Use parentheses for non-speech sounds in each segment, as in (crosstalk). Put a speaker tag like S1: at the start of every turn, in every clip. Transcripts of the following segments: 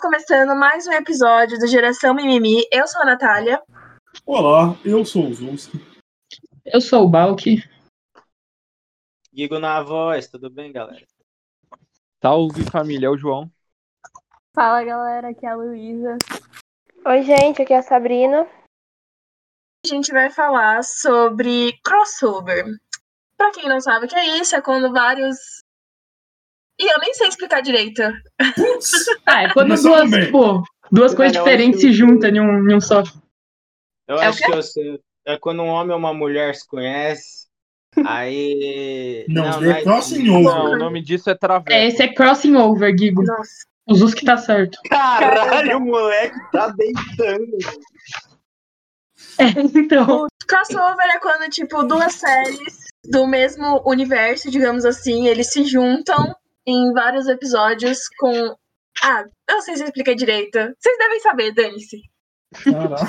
S1: começando mais um episódio do Geração Mimimi. Eu sou a Natália.
S2: Olá, eu sou o Zulski.
S3: Eu sou o Balk.
S4: Guigo na voz, tudo bem, galera?
S5: Salve família, é o João.
S6: Fala galera, aqui é a Luísa.
S7: Oi, gente, aqui é a Sabrina.
S1: A gente vai falar sobre crossover. Pra quem não sabe o que é isso, é quando vários. E eu nem sei explicar direito.
S3: (laughs)
S2: Putz,
S3: Ah, é quando
S2: Mas
S3: duas,
S2: tudo bem.
S3: tipo, duas coisas
S4: Cada um
S3: diferentes se
S4: tem-
S3: juntam em um, em um só.
S4: Eu
S1: É o
S4: acho que eu sei. É quando um homem ou uma mulher se
S1: (laughs)
S4: conhece, aí.
S2: Não, é crossing over.
S5: Não, o nome disso é
S3: É,
S5: Travessa.
S3: esse é crossing over, Gigo.
S1: Nossa.
S3: O Zuz que tá certo.
S4: Caralho, o moleque tá deitando.
S3: É, então.
S1: Crossover é quando, tipo, duas séries do mesmo universo, digamos assim, eles se juntam em vários episódios com. Ah, eu não sei se eu expliquei direito. Vocês devem saber, dane-se.
S2: Caraca.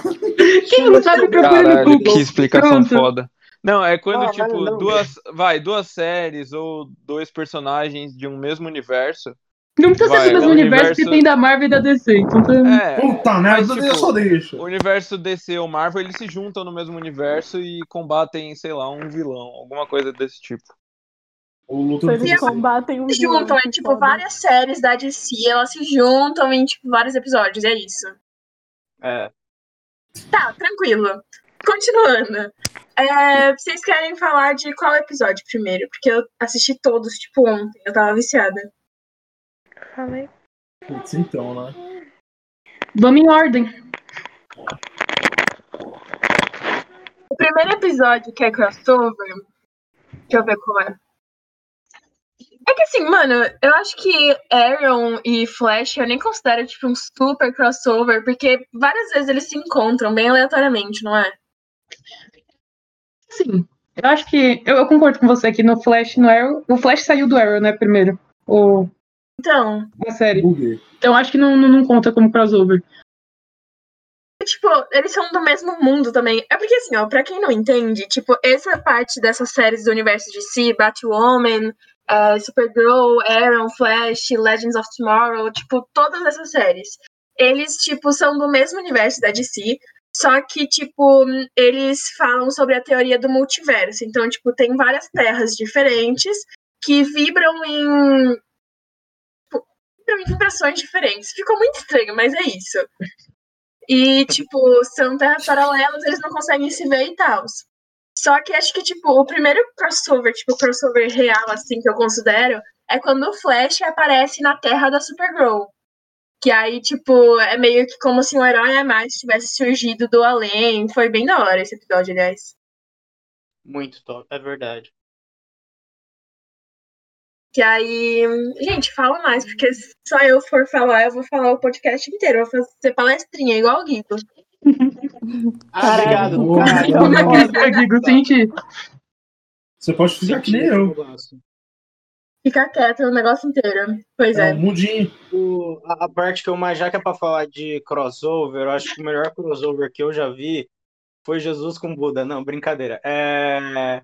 S3: Quem não sabe é procura no
S5: Caralho, que
S3: Google.
S5: explicação
S3: Pronto.
S5: foda. Não, é quando,
S4: Caralho,
S5: tipo,
S4: não.
S5: duas. Vai, duas séries ou dois personagens de um mesmo universo.
S3: Não precisa ser
S5: Vai,
S3: do mesmo
S5: o
S3: universo,
S5: universo-
S3: que tem da Marvel e da DC. Então tá...
S5: É.
S2: Puta merda,
S5: tipo,
S2: eu só deixo.
S5: O universo DC ou Marvel, eles se juntam no mesmo universo e combatem, sei lá, um vilão, alguma coisa desse tipo.
S2: O luta do
S1: E
S6: Eles
S1: eu-
S2: Brasil.
S6: combatem um
S1: Se juntam, é
S6: vilão,
S1: tipo,
S6: foda.
S1: várias séries da DC, elas se juntam em, tipo, vários episódios, é isso.
S4: É.
S1: Tá, tranquilo. Continuando. É, vocês querem falar de qual episódio primeiro? Porque eu assisti todos, tipo, ontem. Eu tava viciada.
S7: Calma aí.
S2: Putz, então, né?
S3: Vamos em ordem.
S1: O primeiro episódio que é crossover. Deixa eu ver qual é. É que assim, mano, eu acho que Arrow e Flash eu nem considero, tipo, um super crossover, porque várias vezes eles se encontram bem aleatoriamente, não é?
S3: Sim. Eu acho que. Eu, eu concordo com você que no Flash, no Arrow. O Flash saiu do Arrow, né, primeiro. O,
S1: Então,
S3: da série.
S2: Buguei.
S3: Então acho que não, não, não conta como crossover.
S1: Tipo, eles são do mesmo mundo também. É porque, assim, ó, pra quem não entende, tipo, essa parte dessas séries do universo de si, Batwoman, eh, Supergirl, Arrow, Flash, Legends of Tomorrow, tipo, todas essas séries. Eles, tipo, são do mesmo universo da DC, só que, tipo, hum, eles falam sobre a teoria do multiverso. Então, tipo, tem várias terras diferentes que vibram em. tipo, vibram em vibrações diferentes. Ficou muito estranho, mas é isso. E, tipo, são terras paralelas, eles não conseguem se ver e tal. Só que acho que, tipo, o primeiro crossover, tipo, crossover real, assim, que eu considero, é quando o Flash aparece na terra da Supergirl. Que aí, tipo, é meio que como se um herói a mais tivesse surgido do além. Foi bem da hora esse episódio, aliás.
S4: Muito top, é verdade.
S1: Que aí. Gente, fala mais, porque se só eu for falar, eu vou falar o podcast inteiro. Eu vou fazer palestrinha, igual o Guido.
S4: Ah,
S6: Caralho.
S4: obrigado,
S2: Boa,
S3: (laughs)
S4: cara.
S1: é
S3: é
S2: boa, boa.
S3: Gigo, senti.
S2: Você pode
S1: é?
S2: fazer que nem eu.
S1: Fica quieto o negócio inteiro. Pois
S2: É
S1: é.
S2: um mudinho.
S4: O- a, a parte que eu mais já que é pra falar de crossover, eu acho que o melhor crossover que eu já vi foi Jesus com Buda. Não, brincadeira. É,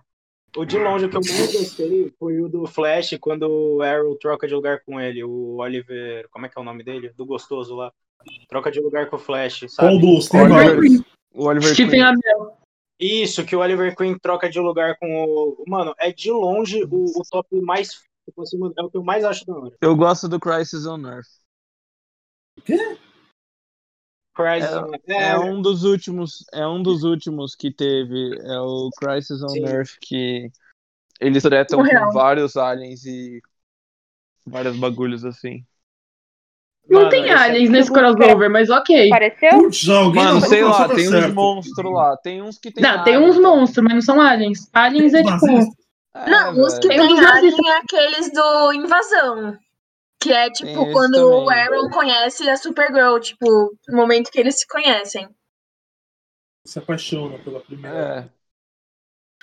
S4: O de longe que eu mais gostei foi o do Flash, quando o Arrow troca de lugar com ele. O Oliver. Como é que é o nome dele? Do gostoso lá. Troca de lugar com o Flash, sabe?
S2: Qual dos? Tem
S5: Olha,
S2: vários.
S5: O Oliver
S3: Stephen
S5: Queen.
S3: Amell.
S4: Isso, que o Oliver Queen troca de lugar com o. Mano, é de longe o, o top mais. tipo assim, mano, É o que eu mais acho da hora.
S5: Eu gosto do Crisis on Earth.
S4: Crisis.
S5: É um dos últimos, é um dos últimos que teve, é o Crisis on
S4: Sim.
S5: Earth que eles tretam
S1: Surreal.
S5: com vários aliens e vários bagulhos assim.
S3: Não
S4: mano,
S3: tem
S4: esse é-
S3: aliens nesse
S7: Google
S3: crossover, mas ok.
S7: Apareceu?
S2: Putz, alguém
S5: Mano,
S2: não tá
S5: sei
S2: no
S5: lá,
S2: processo
S5: tem uns
S2: certo.
S5: monstros lá, tem uns que tem
S3: Não, tem
S5: alien.
S3: uns monstros, mas não são aliens. Aliens é tipo.
S2: Nazista.
S5: É,
S1: Não, os que
S5: velho.
S3: Eu
S1: tem
S3: não assisto.
S1: alien é aqueles do Invasão. Que é tipo
S5: esse
S1: quando o
S5: também.
S1: Arrow conhece a Supergirl, tipo, no momento que eles se conhecem.
S2: Se apaixona pela primeira.
S5: É.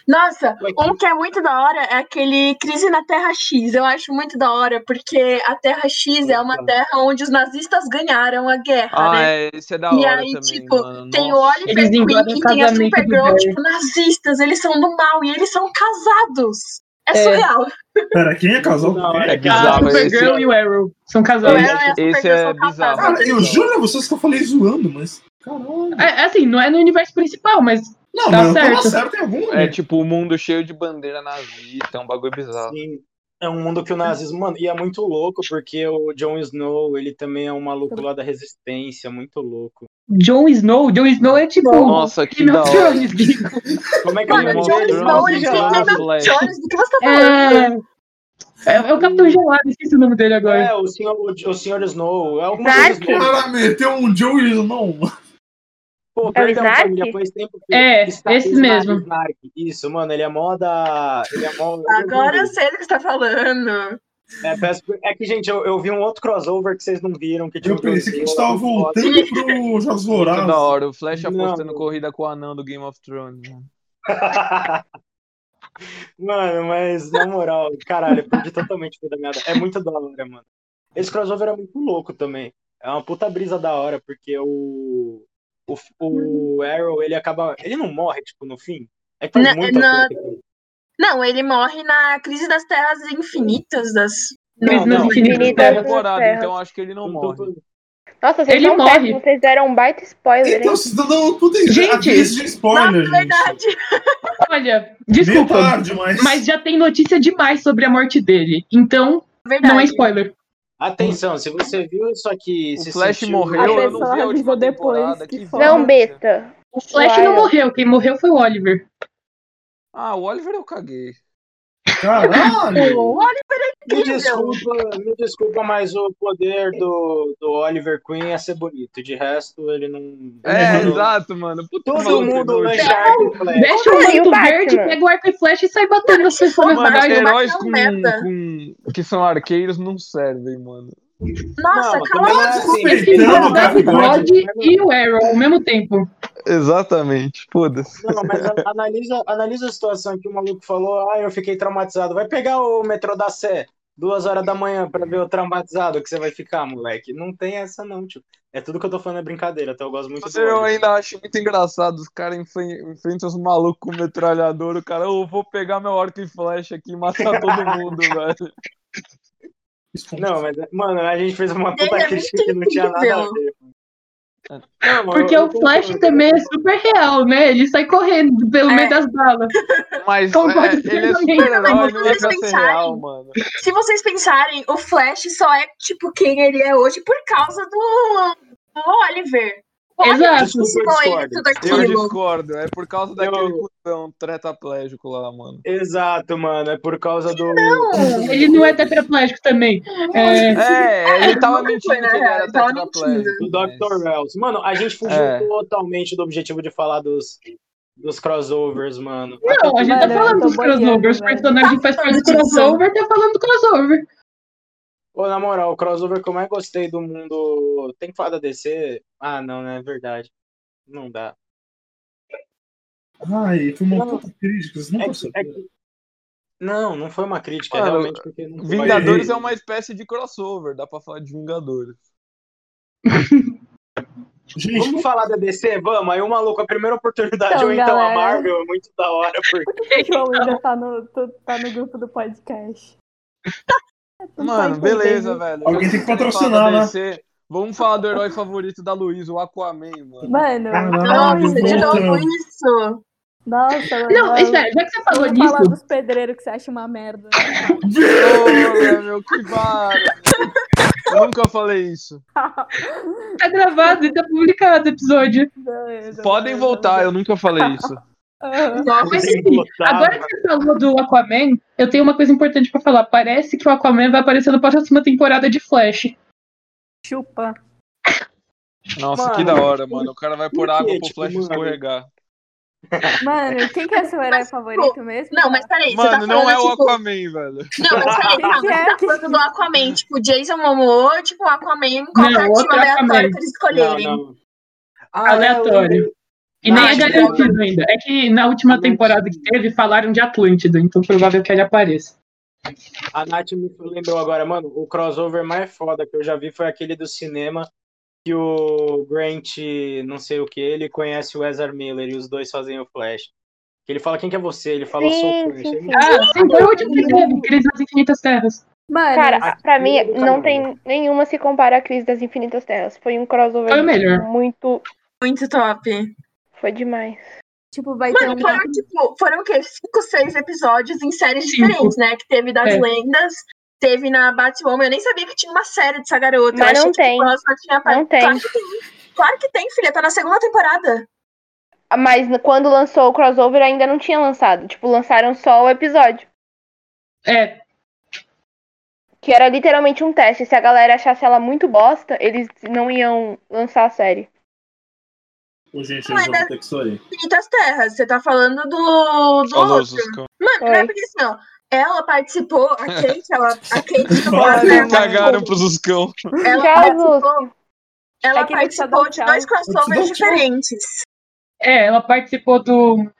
S1: Nossa, um que é muito da hora é aquele Crise na Terra X. Eu acho muito da hora, porque a Terra X é uma terra onde os nazistas ganharam a guerra,
S5: Ah,
S1: né?
S5: é, esse é da
S1: E
S5: hora
S1: aí,
S5: também,
S1: tipo,
S5: mano.
S1: Tem o
S5: Nossa.
S1: Oliver
S3: Eles
S1: Queen
S3: invadem
S1: e
S3: o
S1: tem a
S3: casamento do
S1: Supergirl,
S3: Barry.
S1: tipo, nazistas, eles são do mal e eles são casados. É, surreal.
S2: Pera, quem é casal?
S4: Não,
S5: É
S3: A
S5: bizarro esse.
S3: Supergirl e o Arrow são casais.
S1: Não é,
S5: Esse, esse é
S1: Supergirl são
S5: bizarro.
S1: casadas.
S2: Cara, eu juro a vocês que eu falei zoando, mas. Caralho.
S3: É, é assim, não é no universo principal, mas
S2: Não,
S3: tá
S2: mas eu tava
S3: certo.
S2: certo em algum
S5: É
S2: momento.
S5: tipo o mundo cheio de bandeira nazista, é um bagulho bizarro.
S4: Sim, é um mundo que o nazismo, mano, e é muito louco, porque o Jon Snow, ele também é um maluco lá da resistência, muito louco.
S3: Jon Snow, Jon Snow é tipo.
S5: Nossa, que
S3: Game
S5: da
S3: of
S5: hora.
S3: Thrones, (laughs) tipo, bicho.
S4: Como é que
S1: Mano,
S4: é o
S1: Jon
S4: nome do
S1: Snow, ele
S4: Jon
S1: tem
S4: Snow?
S5: Flash.
S1: Jones, do que você tá falando?
S3: É. É, é o Capitão Gelado, esqueci o nome dele agora.
S4: É, o senhor, o senhor Snow, é alguma
S7: Dark?
S4: coisa
S2: O
S5: tipo-
S4: Snow.
S2: cara meteu um Joe Snow.
S4: Pô,
S7: É o
S4: perdão,
S7: Snark?
S4: família, faz tempo que-
S3: É,
S4: Sna-
S3: esse
S4: Snark,
S3: mesmo.
S4: Snark. Isso, mano, ele é mó da... Ele é mó...
S1: (laughs) Agora eu sei do que você tá falando.
S4: É, peço- é que, gente, eu, eu vi um outro crossover que vocês não viram, que tinha
S2: Eu
S4: um
S2: pensei que a gente tava
S4: Godzilla lá, muito
S2: voltando pro Jogos
S5: Muito da
S2: Vorazes.
S5: hora, o Flash
S4: Não.
S5: apostando corrida com o anão do Game of Thrones. né?
S4: foda. (laughs) Mano, mas na moral, caralho, eu perdi totalmente o fio da merda. É muito da hora, mano. Esse crossover é muito louco também. É uma puta brisa da hora, porque o. O, o Arrow, ele acaba. Ele não morre, tipo, no fim. É que faz
S1: Na-
S4: muita
S1: na-
S4: coisa. né?
S1: Não, ele morre na crise das terras infinitas das.
S3: Crise nas
S4: não,
S3: Infinitas
S7: Infinita.
S3: Terras.
S5: Temporada,
S7: Terra.
S5: então acho que ele não morre.
S7: Nossa, vocês
S3: Ele
S7: são
S3: morre.
S7: péssimos, vocês deram um baita spoiler, hein?
S2: Então, vocês estão dando tudo isso.
S3: Gente!
S2: aviso de
S1: Nossa,
S2: spoiler, gente.
S1: verdade.
S3: Olha,
S2: Meio
S3: desculpa,
S2: tarde, mas.
S3: mas já tem notícia demais sobre a morte dele. Então,
S1: Verdade.
S3: não é spoiler.
S4: Atenção, se você viu isso aqui.
S5: O
S4: se
S5: Flash
S4: sentiu-
S5: morreu, eu
S6: A
S5: não vi a
S6: pessoa
S5: última
S6: avisa depois
S5: temporada.
S6: que
S5: Que
S6: foda.
S5: foda.
S7: Não, besta.
S3: O Flash
S7: Uai,
S3: não
S7: ó.
S3: morreu, quem morreu foi o Oliver.
S5: Ah, o Oliver eu caguei.
S4: (laughs)
S2: Caralho!
S1: Pô, olha,
S4: Me
S1: Incrível.
S4: desculpa, me desculpa, mas o poder do, do Oliver Queen é ser bonito. De resto, ele não.
S5: É,
S4: ele não-
S5: exato, mano. Puta que
S4: Todo
S5: maluco é
S4: mundo
S1: é
S5: inútil.
S4: lanchar com Flash.
S3: Deixa
S7: Não,
S3: o
S7: e o
S3: manto
S7: Batman?
S3: verde, pega o arco e flecha e sai batendo nas
S1: que foda.
S3: pessoas.
S5: Mano, é
S1: Caralho,
S5: heróis
S1: bateu
S5: com,
S1: merda.
S5: com- que são arqueiros não servem, mano.
S1: Nossa,
S4: Não,
S1: cala
S4: também não é
S1: a
S4: assim.
S1: boca.
S3: Esse
S2: Peitando
S3: mundo
S2: o
S3: da
S2: Gabi
S3: God
S4: Gotti.
S3: e o Arrow ao mesmo tempo.
S5: Exatamente, foda-se.
S4: Não, mas a- analisa, analisa a situação que o maluco falou. Ah, eu fiquei traumatizado. Vai pegar o metrô da Sé, duas horas da manhã, pra ver o traumatizado que você vai ficar, moleque. Não tem essa, não, tio. É tudo que eu tô falando é brincadeira, até eu gosto muito do
S5: Eu
S4: Oliver.
S5: ainda acho muito engraçado, os caras enfren- enfrentam os malucos com metralhador, o cara, eu vou pegar meu arco e flecha aqui e matar todo
S1: (laughs)
S5: mundo, velho.
S4: Não, mas, mano, a gente fez uma puta
S1: Ele é
S4: crítica que
S1: muito
S4: não tinha nada a
S1: incrível.
S4: ver. Não,
S3: Porque
S4: eu- eu
S3: o Flash
S4: concordo.
S3: também é super real, né? Ele sai correndo pelo
S1: É.
S3: meio das balas.
S5: Mas
S1: Então
S3: Concordo
S5: é,
S1: (laughs)
S5: ele é
S3: plenamente.
S5: super-herói, não é pra
S1: Vocês
S5: ser
S1: pensarem.
S5: real, mano.
S1: Se vocês pensarem, o Flash só é tipo quem ele é hoje por causa do, do Oliver. O Oliver
S3: Exato.
S1: ensinou ele
S4: Discordo.
S1: tudo
S5: Eu
S1: aquilo.
S5: discordo, é por causa daquele
S4: Eu-
S5: cuzão tetraplégico
S1: (laughs)
S5: lá, mano.
S4: Exato, mano. É por causa do.
S1: Não,
S3: Ele não é tetraplégico também. É,
S5: É, ele tava
S1: nunca
S5: mentindo
S1: foi, né?
S5: que ele era
S1: Ele tava mentindo.
S5: tetraplégico.
S4: do Dr.
S5: mas-
S4: Wells. Mano, a gente fugiu
S5: É.
S4: totalmente do objetivo de falar dos, dos crossovers, mano.
S3: não, a gente tá
S6: Mano, eu
S3: falando
S6: tô
S3: dos
S6: boiando,
S3: crossovers. Os
S6: velho.
S3: personagens faz parte do crossover, tá falando do crossover.
S4: Pô, na moral, o crossover que eu mais gostei do mundo. Tem que falar da DC? Ah, não, né? É verdade. Não dá.
S2: Ai, foi uma
S4: Não.
S2: puta crítica, vocês não
S4: É
S2: vão
S4: que-
S2: saber.
S4: é que- Não, não foi uma crítica,
S5: Mano,
S4: é realmente porque não foi.
S5: Vingadores
S2: Ei,
S5: é uma espécie de crossover, dá pra falar de Vingadores.
S2: Gente,
S4: tipo, Vamos falar da DC? Vamos, aí o maluco, a primeira oportunidade,
S6: Então,
S4: ou então
S6: galera.
S4: a Marvel, é muito da hora, porque.
S6: Porque o
S3: então.
S6: ainda tá no, tu- tá no grupo do podcast. Não
S5: (laughs) Mano,
S6: pode
S5: beleza,
S6: entender.
S5: velho.
S2: Alguém
S5: Já
S2: tem que
S5: vocês
S2: patrocinar,
S5: falam da
S2: né?
S5: DC, Vamos falar do herói favorito da Luísa, o Aquaman, mano.
S6: Mano,
S2: Caralho,
S1: Nossa, de
S2: voltando.
S1: novo isso.
S6: nossa, mano.
S3: Não,
S6: eu-
S3: espera, já que você falou
S6: Vamos falar
S3: nisso,
S6: dos pedreiros que você acha uma merda.
S2: né? (laughs)
S5: Ô, meu, que vara. Eu nunca falei isso.
S3: tá gravado e tá publicado o episódio.
S7: é
S6: Beleza,
S5: Podem
S6: beleza,
S5: voltar,
S6: beleza.
S5: eu nunca falei isso.
S6: Aham.
S1: Nossa,
S3: Mas
S4: Tem
S3: enfim,
S4: botado.
S3: agora que você falou do Aquaman, eu tenho uma coisa importante pra falar. Parece que o Aquaman vai aparecer na próxima temporada de Flash.
S6: Chupa.
S5: Nossa,
S4: Mano,
S5: que da hora, mano. O cara vai pôr
S4: por
S5: água
S4: quê?
S5: pro
S4: Tipo,
S5: Flash
S4: mano.
S5: escorregar.
S6: Mano, quem que é seu herói
S1: Mas, tipo,
S6: favorito mesmo?
S1: Não, mas peraí, você
S5: Mano,
S1: tá
S5: não
S1: falando,
S5: é o
S1: tipo...
S5: Aquaman, velho.
S1: Não, mas peraí, calma,
S6: Que que
S1: você
S6: é?
S1: tá falando do Aquaman, tipo, Jason Momoa, tipo, Aquaman, qualquer
S3: Não, outro
S1: time aleatório
S3: Aquaman.
S1: que eles
S4: Não,
S1: escolherem.
S4: não. Ah,
S3: Aleatório.
S4: eu-
S3: E nem é
S1: Acho que
S3: garantido ainda. É que na última temporada que teve, falaram de Atlântida, então é provável que ele apareça.
S4: A Nath me lembrou agora, mano, o crossover mais foda que eu já vi foi aquele do cinema que o Grant, não sei o que, ele conhece o Ezra Miller e os dois fazem o Flash. Que ele fala quem que é você, ele fala
S7: Sim,
S4: sou o é Crunch.
S7: sim,
S4: Ele-
S7: sim.
S3: Ah, sim, foi o último que teve, que eles nas Infinitas Terras.
S6: Mano,
S7: Cara, pra mim,
S4: do
S7: não
S4: caralho.
S7: tem nenhuma se compara à Crise das Infinitas Terras. Foi um crossover
S3: Foi o melhor.
S7: muito...
S1: Muito top.
S7: Foi demais.
S6: tipo, vai ter
S3: um
S1: Mano,
S6: uma.
S1: foram, tipo, foram o quê? Cinco, seis episódios em séries
S3: Cinco.
S1: diferentes, né? Que teve das
S3: É.
S1: lendas, teve na Batwoman. Eu nem sabia que tinha uma série dessa garota.
S7: Mas
S1: Eu achei
S7: não
S1: que, tipo,
S7: tem.
S1: ela só tinha apare-
S7: Não tem.
S1: Claro que tem. Claro que tem, filha. Tá na segunda temporada.
S7: Ah, Mas n- quando lançou o crossover, ainda não tinha lançado. Tipo, lançaram só o episódio.
S3: É,
S7: Que era literalmente um teste. Se a galera achasse ela muito bosta, eles não iam lançar a série.
S2: Ô, gente, eu
S1: Mas
S2: já
S1: é-
S2: vou ter que sorrir.
S1: Infinitas Terras. Você tá falando do. do
S5: Os
S1: outro.
S5: ossos que eu-
S1: Mano, não é
S7: Oi.
S1: porque assim, ó. Ela participou, a Kate, ela, a Kate do
S5: Caralho,
S1: Batman, né?
S5: cagaram pros Uscão.
S7: Tchau,
S1: ela participou, ela
S6: É que não precisa
S1: participou
S6: dar
S1: de
S6: tchau.
S1: dois crossovers
S2: Não precisa dar
S1: diferentes.
S3: é, ela participou do.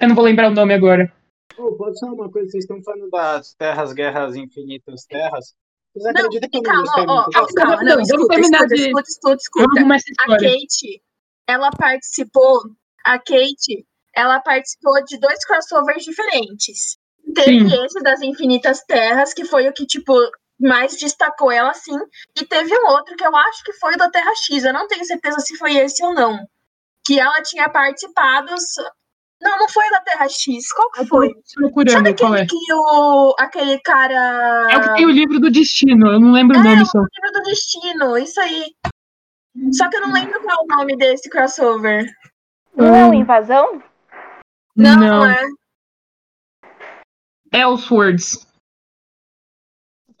S3: Eu não vou lembrar o nome agora.
S4: Ô, pode ser uma coisa, vocês estão falando das terras, guerras, infinitas terras. Vocês
S1: Não,
S4: acreditam que eu não
S1: calma,
S4: um gostei
S1: ó,
S4: muito
S1: ó,
S4: dessa-
S1: calma, não,
S3: Vamos
S1: escuta,
S3: terminar
S1: escuta,
S3: então
S1: escuta,
S3: de-
S1: escuta,
S3: Vamos
S1: escuta.
S3: arrumar essa
S1: A
S3: história.
S1: Kate, ela participou, a Kate, ela participou de dois crossovers diferentes. Teve esse das Infinitas Terras, que foi o que, tipo, mais destacou ela, assim, e teve um outro que eu acho que foi o da Terra X, eu não tenho certeza se foi esse ou não, que ela tinha participado... só- Não, não foi o da Terra X, qual que foi?
S3: Tô procurando
S1: Sabe
S3: qual é.
S1: aquele que o... aquele cara...
S3: É o que tem o livro do destino, eu É, não lembro o nome só.
S1: Livro do Destino, isso aí. Só que eu não lembro qual é o nome desse crossover.
S7: Não é
S3: Hum.
S7: uma invasão?
S1: Não, é.
S3: é Elseworlds.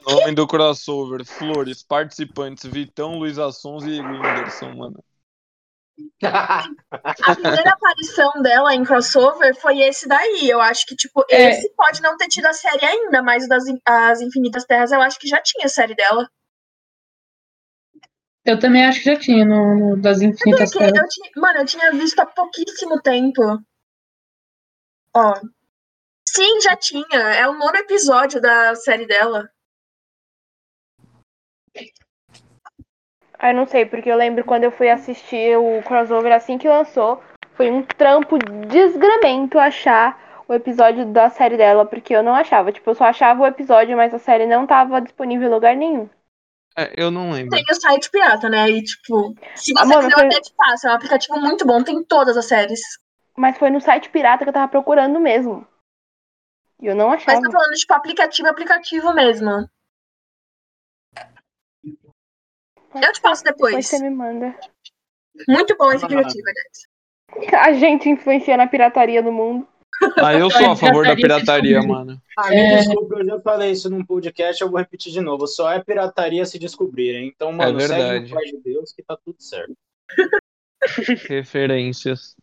S5: Nome do crossover, Flores, participantes, Vitão, Luiz Assons e Whindersson, mano.
S1: A primeira aparição dela em crossover foi esse daí. Eu acho que, tipo,
S3: É.
S1: esse pode não ter tido a série ainda, mas o das In- as Infinitas Terras eu acho que já tinha a série dela.
S3: Eu também acho que já tinha no, no- das Infinitas
S1: Porque
S3: Terras.
S1: eu tinha, mano, eu tinha visto há pouquíssimo tempo. Ó. Sim, já tinha. É o nono episódio da série dela.
S7: Ah, eu não sei, porque eu lembro quando eu fui assistir o crossover assim que lançou, foi um trampo desgramento achar o episódio da série dela, porque eu não achava. Tipo, eu só achava o episódio, mas a série não tava disponível em lugar nenhum.
S5: É, eu não lembro.
S1: Tem o site pirata, né? E, tipo, se você
S7: Amor,
S1: quiser,
S7: você-
S1: eu até te passo. É um aplicativo muito bom, tem todas as séries.
S7: Mas foi no site pirata que eu tava procurando mesmo. E eu não
S1: Mas
S7: achava.
S1: tá falando, tipo, aplicativo, aplicativo mesmo. Eu te passo
S7: Depois
S1: depois.
S7: você me manda. (laughs)
S1: Muito bom esse aplicativo. né?
S7: A gente influencia na pirataria do mundo.
S5: Ah, eu sou a favor da pirataria, mano.
S4: Ah, me
S3: É.
S4: desculpa, eu já falei isso num podcast, eu vou repetir de novo. Só é pirataria se descobrirem. Então, mano, segue
S5: verdade.
S4: no pai de Deus que tá tudo certo.
S5: Referências.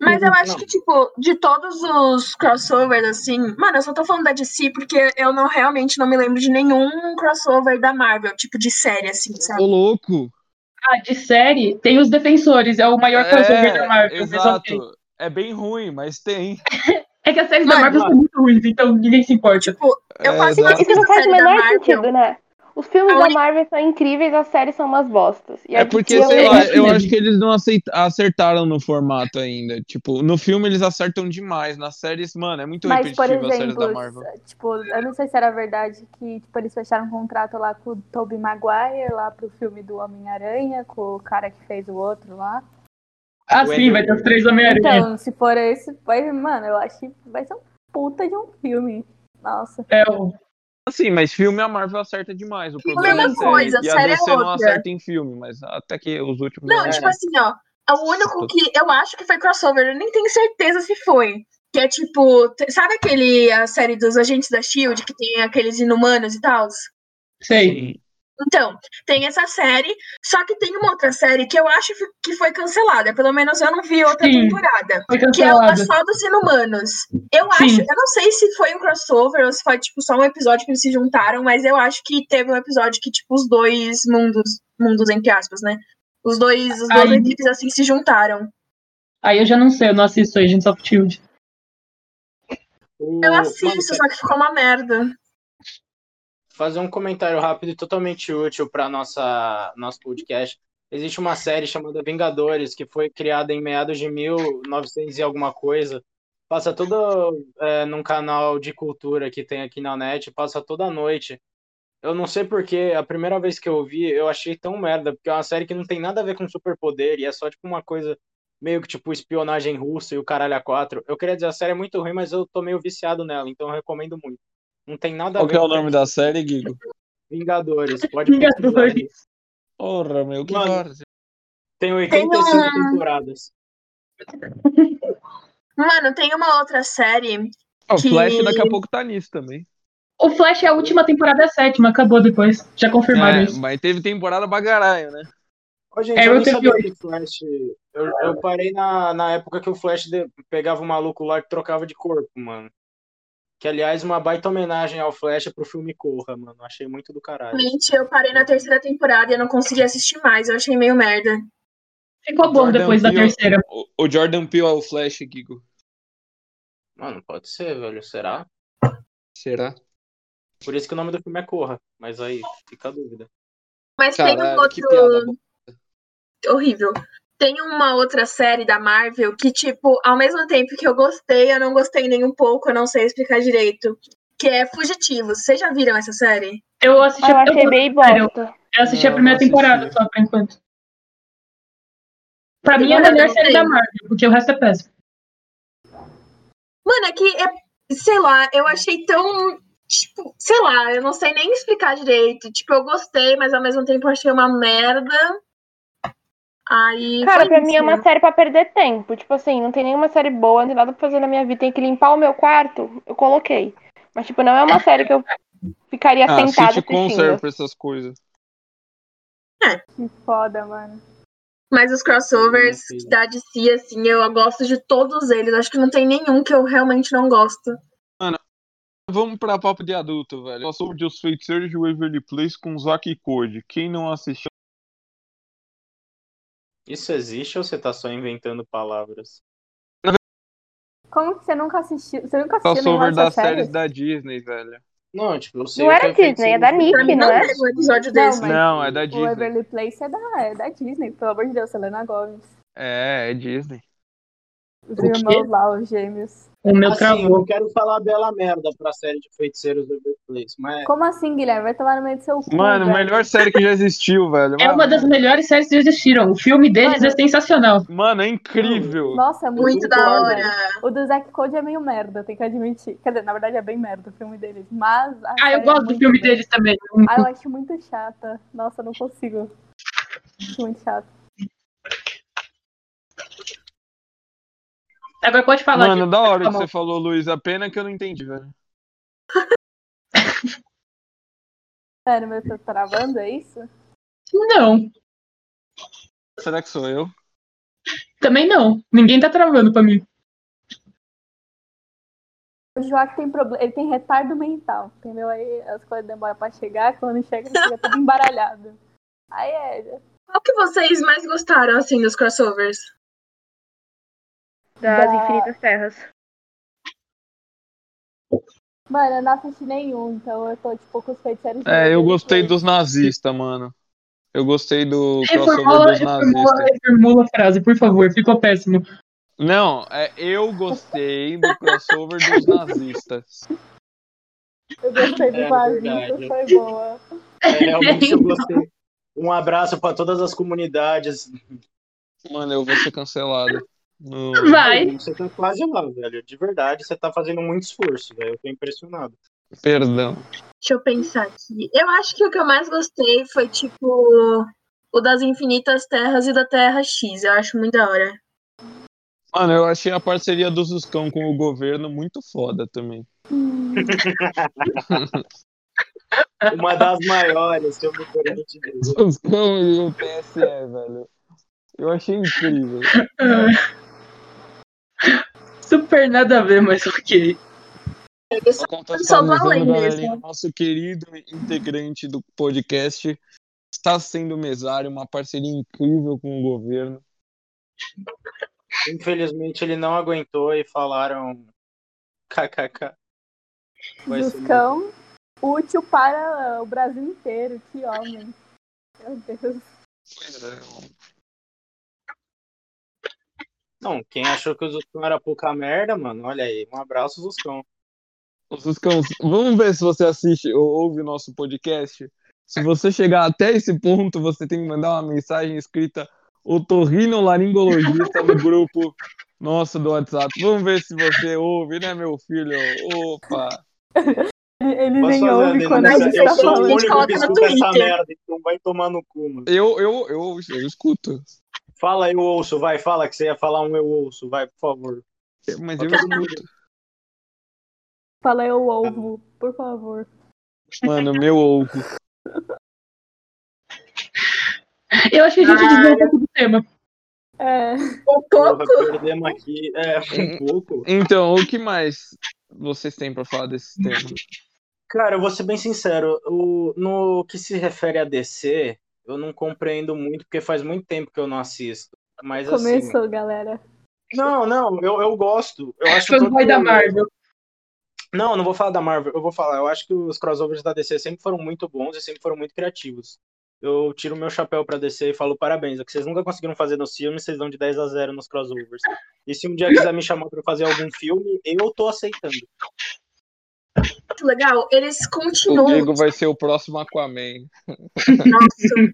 S1: Mas eu acho
S4: Não.
S1: que, tipo, de todos os crossovers, assim. Mano, eu só tô falando da DC porque eu não realmente não me lembro de nenhum crossover da Marvel, tipo, de série, assim, sabe?
S5: Ô, louco!
S3: Ah, de série, tem os Defensores, é o maior crossover da Marvel. mas ok.
S5: exato. É bem ruim, mas tem.
S3: É que as séries
S1: Mano,
S3: da Marvel são muito ruins, então ninguém se importa.
S1: Tipo, eu
S5: É,
S1: faço
S5: exato.
S1: mais
S7: Isso não faz o
S1: série da
S7: menor
S1: Marvel.
S7: sentido, né? Os filmes
S1: A
S7: da
S1: única-
S7: Marvel são incríveis, as séries são umas bostas. E a
S5: É porque,
S7: DC
S5: sei
S7: um-
S5: lá,
S3: isso
S5: eu
S3: mesmo.
S5: acho que eles não aceita- acertaram no formato ainda. Tipo, no filme eles acertam demais. Nas séries, mano, é muito
S6: Mas, por
S5: repetitiva as séries da
S6: exemplo,
S5: Marvel.
S6: tipo, eu não sei se era verdade que tipo, eles fecharam um contrato lá com o Tobey Maguire, lá pro filme do Homem-Aranha, com o cara que fez o outro lá.
S3: Ah,
S4: O
S3: sim,
S4: Andrew-
S3: vai ter os três Homem-Aranha.
S6: Então, se for esse, vai, mano, eu acho que vai ser um puta de um filme. Nossa.
S3: É o-
S5: Assim, mas filme a Marvel acerta demais. O
S1: Filme
S6: é
S5: problema é
S6: uma
S5: série.
S1: coisa,
S5: e a
S1: série é
S5: DC não
S1: outra.
S5: acerta em filme, mas até que os últimos.
S1: Não,
S5: é.
S1: tipo assim, ó. é O único que eu acho que foi crossover, eu nem tenho certeza se foi. Que é tipo, te- sabe aquele a série dos agentes da Shield que tem aqueles inumanos e tal?
S3: Sei.
S1: Então, tem essa série, só que tem uma outra série que eu acho fi- que foi cancelada. Pelo menos eu não vi outra
S3: Sim.
S1: temporada.
S3: Foi
S1: Que é uma
S3: cancelado.
S1: só dos inumanos. Eu
S3: Sim.
S1: acho, eu não sei se foi um crossover ou se foi, tipo, só um episódio que eles se juntaram, mas eu acho que teve um episódio que, tipo, os dois mundos, mundos entre aspas, né? Os dois, os dois
S3: Aí-
S1: equipes assim se juntaram.
S3: Aí eu já não sei, eu não assisto Agents of Shield.
S4: O-
S1: Eu
S4: Mano,
S1: assisto, só que ficou uma merda.
S4: fazer um comentário rápido e totalmente útil para nossa nosso podcast. Existe uma série chamada Vingadores que foi criada em meados de 1900 e alguma coisa Passa todo é, num canal de cultura que tem aqui na net, passa toda noite. Eu não sei porque a primeira vez que eu vi, eu achei tão merda, porque é uma série que não tem nada a ver com superpoder e é só tipo uma coisa meio que tipo espionagem russa e o caralho a quatro. Eu queria dizer, a série é muito ruim, mas eu tô meio viciado nela, então eu recomendo muito. Não tem nada
S5: Qual
S4: a
S5: que
S4: ver
S5: é o
S4: com
S5: nome da série, Guigo?
S4: Vingadores, pode pesquisar
S3: Vingadores.
S4: aí.
S5: Porra, meu, que
S4: Mano.
S5: horas?
S4: Tem 85
S1: Tem uma-
S4: temporadas.
S1: Mano, tem uma outra série.
S5: Ah, O
S1: Que-
S5: Flash daqui a pouco tá nisso também.
S3: O Flash é a última temporada, é a sétima, acabou depois. Já confirmaram
S5: É,
S3: isso.
S5: mas teve temporada pra caralho, né?
S4: Ô, gente,
S3: É,
S4: eu
S3: eu
S4: não
S3: teve
S4: sabia
S3: oito.
S4: que o Flash. Eu, eu parei na, na época que o Flash de- pegava o maluco lá que trocava de corpo, mano. Que, aliás, uma baita homenagem ao Flash pro filme Corra, mano. Achei muito do caralho.
S1: Realmente, eu parei na terceira temporada e eu não consegui assistir mais. Eu achei meio merda.
S3: Ficou bom
S5: Jordan
S3: depois da
S5: Peele.
S3: terceira.
S5: O, o Jordan Peele é o Flash, Guigo.
S4: Mano, pode ser, velho. Será?
S5: Será?
S4: Por isso que o nome do filme é Corra. Mas aí, fica a dúvida.
S1: Mas tem um
S5: Caralho, que
S1: outro.
S5: piada. boa.
S1: horrível. Tem uma outra série da Marvel que, tipo, ao mesmo tempo que eu gostei, eu não gostei nem um pouco, eu não sei explicar direito. Que é Fugitivos. Vocês já viram essa série?
S3: Eu assisti,
S7: Eu
S3: eu,
S7: achei bem
S3: sério.
S7: bosta.
S3: eu assisti
S5: Não,
S3: a primeira
S5: não assisti.
S3: temporada só, por enquanto. Pra mim é a
S1: Agora
S3: melhor
S1: não
S3: série
S1: tem.
S3: da Marvel, porque o resto é péssimo.
S1: Mano, é que, é, sei lá, eu achei tão. Tipo, sei lá, eu não sei nem explicar direito. Tipo, eu gostei, mas ao mesmo tempo eu achei uma merda. Aí.
S7: Cara,
S1: foi
S7: pra mim é
S1: isso.
S7: uma série pra perder tempo. Tipo assim, não tem nenhuma série boa, não tem nada pra fazer na minha vida. Tem que limpar o meu quarto, eu coloquei. Mas, tipo, não é uma série que eu ficaria
S5: Ah,
S7: sentada
S5: sitcom serve
S7: assistindo.
S5: pra essas coisas.
S6: Que foda, mano.
S1: Mas os crossovers
S4: Sim, sim.
S1: da DC, assim, eu gosto de todos eles. Acho que não tem nenhum que eu realmente não gosto.
S5: Vamos pra papo de adulto, velho. Só sobre os feiticeiros de Waverly Place com Zack e Cody. Quem não assistiu.
S4: Isso existe ou você tá só inventando palavras?
S6: Como que você nunca assistiu? Você nunca assistiu nenhuma
S5: Crossover das
S6: dessas
S5: séries
S6: séries?
S5: da Disney, velho.
S4: Não, tipo, eu sei.
S7: Não
S4: o
S7: era
S4: que é
S7: Disney,
S4: feito
S7: é da
S4: sem-
S7: Nick,
S1: Pra mim não
S7: não é?
S1: teve um episódio
S6: Não,
S1: desse.
S6: Mas-
S5: Não, é da
S6: O
S5: Disney.
S6: Waverly Place é da, é da Disney, pelo amor de Deus, Selena Gomes.
S5: É, é Disney.
S6: Os
S3: quê?
S6: irmãos lá, os gêmeos.
S3: O meu
S4: Assim, eu
S3: travou.
S4: não quero falar bela merda pra série de feiticeiros do Place,
S3: (laughs)
S4: mas
S6: Como assim, Guilherme? Vai tomar no meio do seu cu,
S5: Mano,
S6: velho.
S5: melhor série que já existiu, velho.
S3: É uma das melhores séries que existiram. O filme deles
S6: Mano.
S3: é sensacional.
S5: Mano, é incrível.
S6: Nossa, é muito,
S1: Muito da
S6: bom,
S1: hora.
S6: velho. O do Zack Code é meio merda, tem que admitir. Quer dizer, na verdade é bem merda o filme deles. Mas. a
S3: Ah,
S6: série
S3: eu
S6: é
S3: gosto do
S6: muito
S3: filme
S6: boa.
S3: deles também.
S6: Ah, eu acho muito chata. Nossa, eu não consigo. Acho Muito chato.
S3: Agora pode falar.
S5: Mano,
S3: Gil.
S5: da hora que
S3: Pode
S5: você falou, Luiz. A pena que eu não entendi, velho.
S6: Sério, mas eu tô travando, é isso?
S3: falar. Não,
S5: Será que sou eu?
S3: também não. Ninguém tá travando pra mim.
S6: O Joaquim tem problema. Ele tem retardo mental, entendeu? Aí as coisas demoram pra chegar, quando chega, fica tudo embaralhado. Aí é.
S1: Qual que vocês mais gostaram, assim, dos crossovers?
S7: Das
S6: Da-
S7: Infinitas Terras.
S6: Mano, eu não assisti nenhum, então eu tô tipo com os feiticeiros.
S5: É, eu
S6: Waverly
S5: gostei
S6: Place.
S5: dos nazistas, mano. Eu gostei do crossover
S3: Reformula,
S5: dos
S3: reformula,
S5: nazistas.
S3: reformula a frase, por favor. Ficou péssimo.
S5: Não, é eu gostei do crossover
S1: (laughs)
S5: dos nazistas.
S6: Eu gostei do
S4: É,
S6: Vazio,
S4: verdade.
S6: foi boa.
S4: é, realmente eu gostei. Um abraço pra todas as comunidades.
S5: Mano, eu vou ser cancelado. No-
S3: Vai.
S4: Você tá quase lá, velho. De verdade, você tá fazendo muito esforço, velho. Eu tô impressionado.
S5: Perdão.
S1: Deixa eu pensar aqui. Eu acho que o que eu mais gostei foi, tipo, o das infinitas terras e da Terra X. Eu acho muito da hora.
S5: Mano, eu achei a parceria do Zuscão com o governo muito foda também.
S4: Uma das maiores, se eu me permite dizer.
S5: Zuscão e o PSE, velho. Eu
S1: (laughs)
S5: achei incrível.
S3: Ah. Super nada a ver, mas ok.
S1: Eles só
S5: Contextualizando,
S1: valendo
S5: galerinha,
S1: mesmo.
S5: nosso querido integrante do podcast está sendo mesário, uma parceria incrível com o governo.
S4: Infelizmente, ele não aguentou e falaram. KKK. Vai ser
S6: Juscão, útil para o Brasil inteiro, que homem. Meu Deus.
S5: Pois é, mano.
S4: Não, quem achou que o Zuscão era pouca merda, mano, olha aí. Um abraço, Zuscão.
S5: Ô, Suscão, vamos ver se você assiste ou ouve o nosso podcast. Se você chegar até esse ponto, você tem que mandar uma mensagem escrita otorrinolaringologista no grupo nosso do WhatsApp. Vamos ver se você ouve, né, meu filho? Opa!
S6: Ele, ele
S4: Posso
S6: nem
S4: fazer uma
S6: ouve quando a
S4: denúncia?
S6: gente
S4: Eu
S6: tá
S4: sou o
S6: falando.
S1: gente
S4: único
S1: coloca
S4: que
S1: no
S4: escuta essa
S1: Twitter.
S4: merda, então vai tomar no cu, mano.
S5: Eu, eu, eu, eu escuto.
S4: Fala, eu ouço, vai, fala que você ia falar um eu ouço, vai, por favor.
S5: Mas
S4: Pra
S5: eu
S4: todo mundo.
S5: escuto.
S6: Fala eu ovo, por favor.
S5: Mano, meu ovo.
S3: Eu acho que a gente desviou um pouco do tema.
S6: É,
S1: Um
S4: Porra,
S1: pouco.
S4: perdemos aqui. É, um pouco.
S5: Então, o que mais vocês têm pra falar desse tema?
S4: Cara, eu vou ser bem sincero, o- no que se refere a DC, eu não compreendo muito, porque faz muito tempo que eu não assisto. Mas assim.
S6: começou, galera.
S4: Não, não, eu, eu gosto. Eu acho todo-
S3: Fanboy da Marvel.
S4: Não, não vou falar da Marvel, eu vou falar. Eu acho que os crossovers da DC sempre foram muito bons e sempre foram muito criativos. Eu tiro meu chapéu pra DC e falo parabéns. O que vocês nunca conseguiram fazer nos filmes, vocês dão de 10 a 0 nos crossovers. E se um dia quiser me chamar pra fazer algum filme, eu tô
S3: (laughs)
S4: aceitando.
S1: Muito legal. Eles
S5: O
S1: continuam.
S5: Diego vai ser o próximo Aquaman.
S1: Nossa.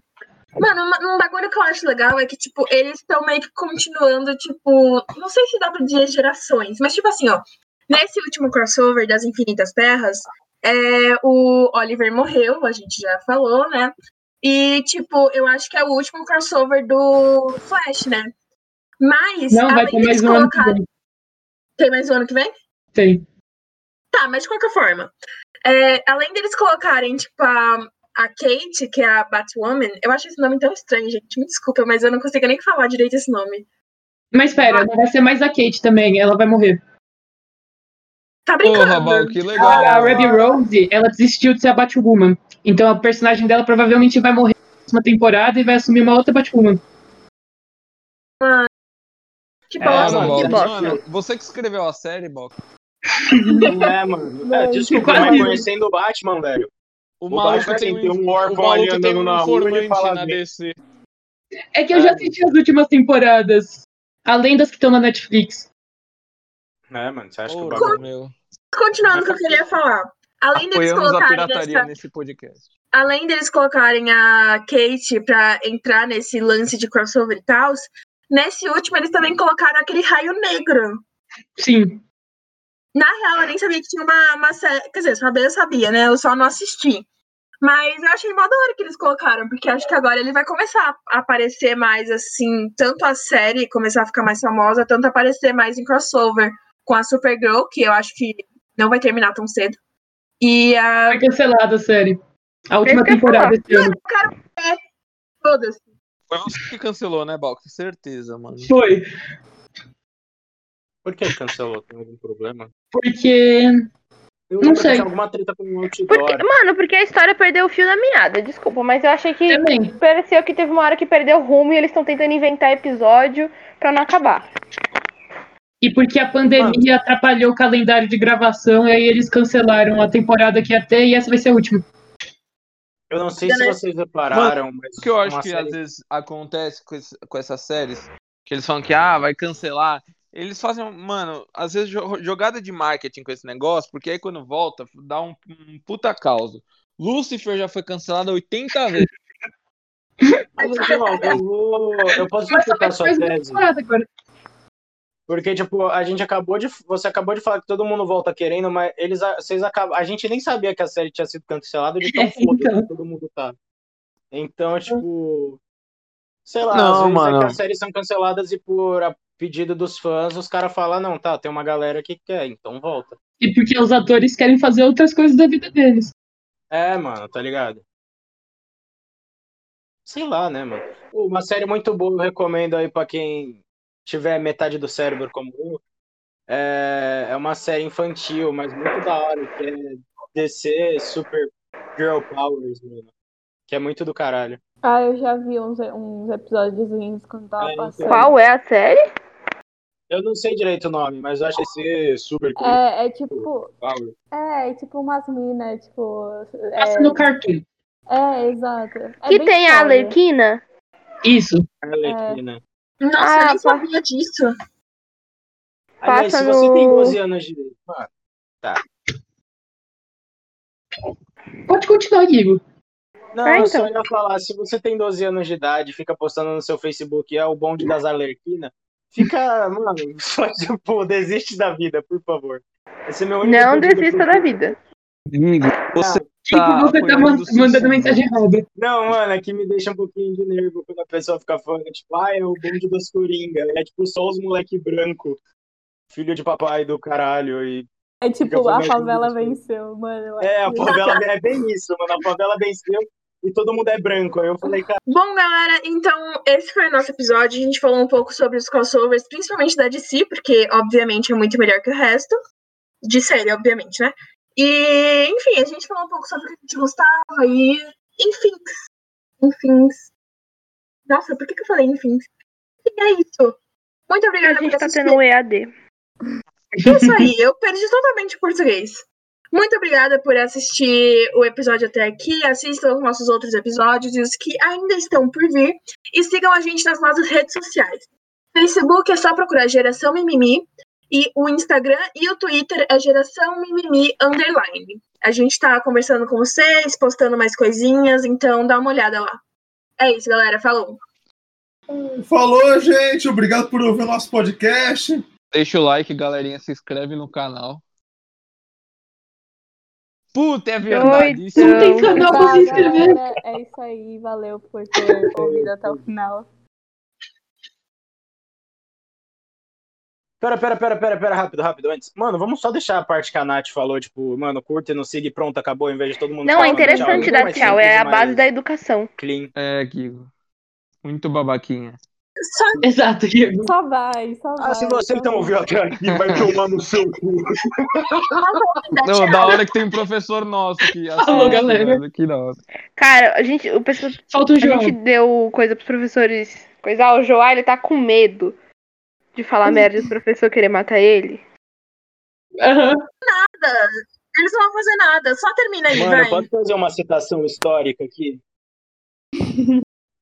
S3: (laughs)
S1: Mano, um, um bagulho que eu acho legal é que, tipo, eles estão meio que continuando, tipo, não sei se dá pra dizer gerações, mas tipo assim, ó, nesse último crossover das Infinitas Terras, é, o Oliver morreu, a gente já falou, né? E, tipo, eu acho que é o último crossover do Flash, né? Mas,
S3: Não, vai
S1: além
S3: ter
S1: deles
S3: mais um ano que
S1: colocarem.
S3: vem.
S1: Tem mais um ano que vem?
S3: Tem.
S1: Tá, mas de qualquer forma, é, além deles colocarem, tipo, a, a Kate, que é a Batwoman, eu acho esse nome tão estranho, gente. Me desculpa, mas eu não consigo nem falar direito esse nome.
S3: Mas pera, não vai ser mais a Kate também, ela vai morrer.
S1: Tá brincando?
S5: Porra, Val, que legal.
S3: A Ruby Rose, ela desistiu de ser a Batwoman. Então a personagem dela provavelmente vai morrer na próxima temporada e vai assumir uma outra Batwoman.
S1: que
S4: É,
S5: Ah,
S1: bosta.
S4: mano,
S5: Balk,
S4: que bosta.
S5: mano, você que escreveu a série, Balk.
S4: Não é, mano. É,
S6: Não,
S4: desculpa,
S3: quase
S4: mas
S3: isso.
S4: conhecendo o Batman, velho.
S5: O
S4: Batman tem um órfão
S5: o maluco
S4: ali andando
S5: tem um
S4: na rua, ele
S5: informante
S4: fala
S5: na
S4: bem.
S5: DC.
S3: É que eu já assisti as últimas temporadas. Além das que estão na Netflix.
S4: É, mano, você acha que o
S5: Porra,
S4: bagulho.
S5: meu.
S1: Continuando o que eu queria falar. Além deles,
S5: Apoiamos a
S1: colocarem
S5: pirataria né?
S1: essa-
S5: nesse podcast.
S1: além deles colocarem a Kate pra entrar nesse lance de crossover e tal, nesse último eles também colocaram aquele raio negro.
S3: Sim.
S1: Na real, eu nem sabia que tinha uma, uma série. Quer dizer, saber eu sabia, né? Eu só não assisti. Mas eu achei mó da hora que eles colocaram, porque acho que agora ele vai começar a aparecer mais, assim, tanto a série começar a ficar mais famosa, tanto aparecer mais em crossover com a Supergirl, que eu acho que não vai terminar tão cedo. E ah, a.
S3: Foi cancelada a série. A última
S7: Esse que eu ia
S3: temporada
S7: falar.
S3: esse ano.
S1: Todas.
S5: Foi você que cancelou, né, Balk? Certeza, mano.
S3: Foi.
S4: Por que cancelou? Tem algum problema?
S3: Porque.
S4: Eu
S3: Não
S4: lembro que
S3: sei.
S4: tinha alguma treta com o
S7: Porque-
S4: Outdoor.
S7: mano, porque a história perdeu o fio da meada, desculpa, mas eu achei que
S3: Também.
S7: pareceu que teve uma hora que perdeu o rumo e eles estão tentando inventar episódio pra não acabar.
S3: E porque a
S7: Ah.
S3: pandemia atrapalhou o calendário de gravação e aí eles cancelaram a temporada que ia ter e essa vai ser a última.
S4: Eu não sei
S3: né?
S4: se vocês repararam, mas.
S5: O que eu acho
S4: uma
S5: que
S4: série-
S5: às vezes acontece com, esse- com essas séries, que eles falam que, ah, vai cancelar. Eles fazem, um- mano, às vezes jo- jogada de marketing com esse negócio, porque aí quando volta, dá um, um puta causa. Lucifer já foi cancelada 80 vezes.
S4: Mas, João, eu vou. Eu posso
S3: Mas só
S4: explicar
S3: vai ter
S4: sua
S3: mais uma
S4: tese.
S3: temporada agora.
S4: Porque, tipo, a gente acabou de. Você acabou de falar que todo mundo volta querendo, mas eles. a- Vocês acabam. A gente nem sabia que a série tinha sido cancelada de tão
S3: É,
S4: foda
S3: então.
S4: que todo mundo tá. Então, tipo. Sei lá,
S5: Não,
S4: às vezes é
S5: mano.
S4: que as séries são canceladas e por a pedido dos fãs, os caras falam, não, tá, tem uma galera que quer, então volta.
S3: E porque os atores querem fazer outras coisas da vida deles.
S4: É, mano, tá ligado? Sei lá, né, mano? Pô, Uma série muito boa, eu recomendo aí pra quem tiver metade do cérebro como eu. É, é uma série infantil, mas muito da hora, que é DC Super Girl Powers, mano. Que é muito do caralho.
S6: Ah, eu já vi uns, uns episódiozinhos quando tava
S4: É,
S6: passando.
S7: Qual é a série?
S4: Eu não sei direito o nome, mas eu acho que esse Super Girl
S6: É, é tipo.
S4: Powers.
S6: É, é tipo umas minas, tipo.
S7: É.
S3: Passa no cartoon.
S6: É, é, exato. É
S7: que
S6: bem
S7: tem a
S6: sério.
S7: Arlequina?
S3: Isso.
S4: Arlequina.
S1: Nossa,
S7: Ah,
S1: eu nem sabia disso.
S4: Aliás,
S7: Passa
S4: se você tem
S7: no-
S4: 12 anos de idade, mano,
S3: Pode continuar, Guigo.
S4: Não,
S7: Ah,
S4: eu só
S7: então.
S4: ia falar, se você tem 12 anos de idade, fica postando no seu Facebook, é o bonde das alerquinas, fica, mano, (laughs) só tipo, desiste da vida, por favor. Esse é meu único
S7: Não
S4: pedido
S7: desista
S4: pro-
S7: da vida.
S5: Amigo, você
S3: Tipo,
S5: tá
S3: você tá
S5: apoiando
S3: man-
S5: o suicídio.
S3: mandando mensagem errada.
S4: Não, mano, aqui me deixa um pouquinho de nervo quando a pessoa fica falando, tipo, ah, é o bonde das coringa, é tipo só os moleque branco, filho de papai do caralho, e
S6: É
S4: Fica
S6: tipo,
S4: por
S6: a
S4: mais
S6: favela
S4: dúvidas, pô.
S6: venceu, mano. Tipo, eu
S4: é, a
S6: acho
S7: (laughs)
S4: favela é bem isso, mano, a favela venceu e todo mundo é branco. Aí eu falei, cara,
S1: Bom, galera, então esse foi o nosso episódio. A gente falou um pouco sobre os crossovers, principalmente da DC, porque obviamente é muito melhor que o resto. De série, obviamente, né? E, enfim, a gente falou um pouco sobre o que a gente gostava e. Enfim. Enfim. Nossa, por que, que eu falei enfim? E é isso. Muito
S7: A
S1: obrigada por
S7: gente tá
S1: assistir.
S7: tendo um EAD.
S1: É isso aí, eu perdi totalmente o português. Muito obrigada por assistir o episódio até aqui. Assistam os nossos outros episódios e os que ainda estão por vir. E sigam a gente nas nossas redes sociais. Facebook é só procurar Geração Mimimi. E o Instagram e o Twitter é Geração Mimimi Underline. A gente tá conversando com vocês, postando mais coisinhas, então dá uma olhada lá. É isso, galera. Falou!
S8: Falou, gente. Obrigado por ouvir o nosso podcast.
S5: Deixa o like, galerinha, se inscreve no canal. Puta, é verdade. isso
S3: Não tem
S7: Então,
S6: que-
S3: canal pra
S6: Tá,
S3: se inscrever.
S6: galera, é isso aí, valeu
S4: (laughs)
S6: por ter
S4: É,
S6: ouvido até o final.
S4: Pera, pera, pera, pera, pera, rápido, rápido, antes. Mano, vamos só deixar a parte que a Nath falou, tipo, mano, curta e não siga e pronto, acabou, em vez de todo mundo
S7: Não, é
S4: falando,
S7: interessante
S4: tchau.
S7: dar
S4: Mais
S7: tchau, é a
S4: simples,
S7: base
S4: mais
S7: da educação.
S4: Clean.
S5: É, Guigo. Muito babaquinha.
S1: Só
S3: Exato, Guigo.
S6: Só vai, só vai.
S4: Ah, se você
S6: só
S4: então
S6: vai.
S4: ouviu até aqui, vai tomar no seu cu.
S5: Não, da hora que tem um professor nosso que
S3: Falou,
S5: assiste,
S3: galera.
S5: mano, Que da hora.
S7: Cara, a gente, o pessoal,
S3: Falta um o
S7: a gente
S3: João.
S7: deu coisa pros professores. Coisa, ah, o Joá, ele tá com medo de
S3: Hum.
S7: falar merda e o professor querer matar ele.
S3: Aham.
S1: nada. Eles não vão fazer nada. Só termina aí,
S4: Mano,
S1: vai.
S4: pode fazer uma citação histórica aqui?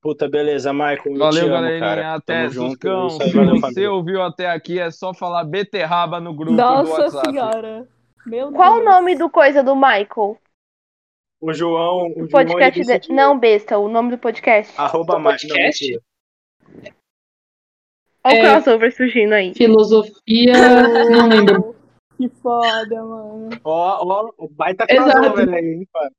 S4: Puta, beleza, Michael, eu te
S5: Valeu,
S4: amo,
S5: galerinha.
S4: cara.
S5: Até,
S4: Tamo junto,
S5: Suscão.
S4: é isso aí,
S5: Se
S4: valeu,
S5: você
S4: família.
S5: ouviu até aqui, é só falar beterraba no grupo do
S6: Nossa
S5: WhatsApp.
S6: senhora. Meu
S7: Qual o
S6: Deus.
S7: nome do coisa do Michael?
S4: O João, o
S7: O
S4: João, ele assim,
S7: podcast de...
S4: decidiu.
S7: Não, besta, o nome do podcast.
S4: Arroba
S3: Do
S4: Michael. Tá Não,
S3: podcast?
S4: mentira.
S7: Olha
S3: É.
S7: o crossover surgindo aí.
S3: Filosofia. Não lembro.
S6: Que foda, mano.
S4: Ó, ó, o baita
S3: Exato.
S4: crossover aí, hein, pá.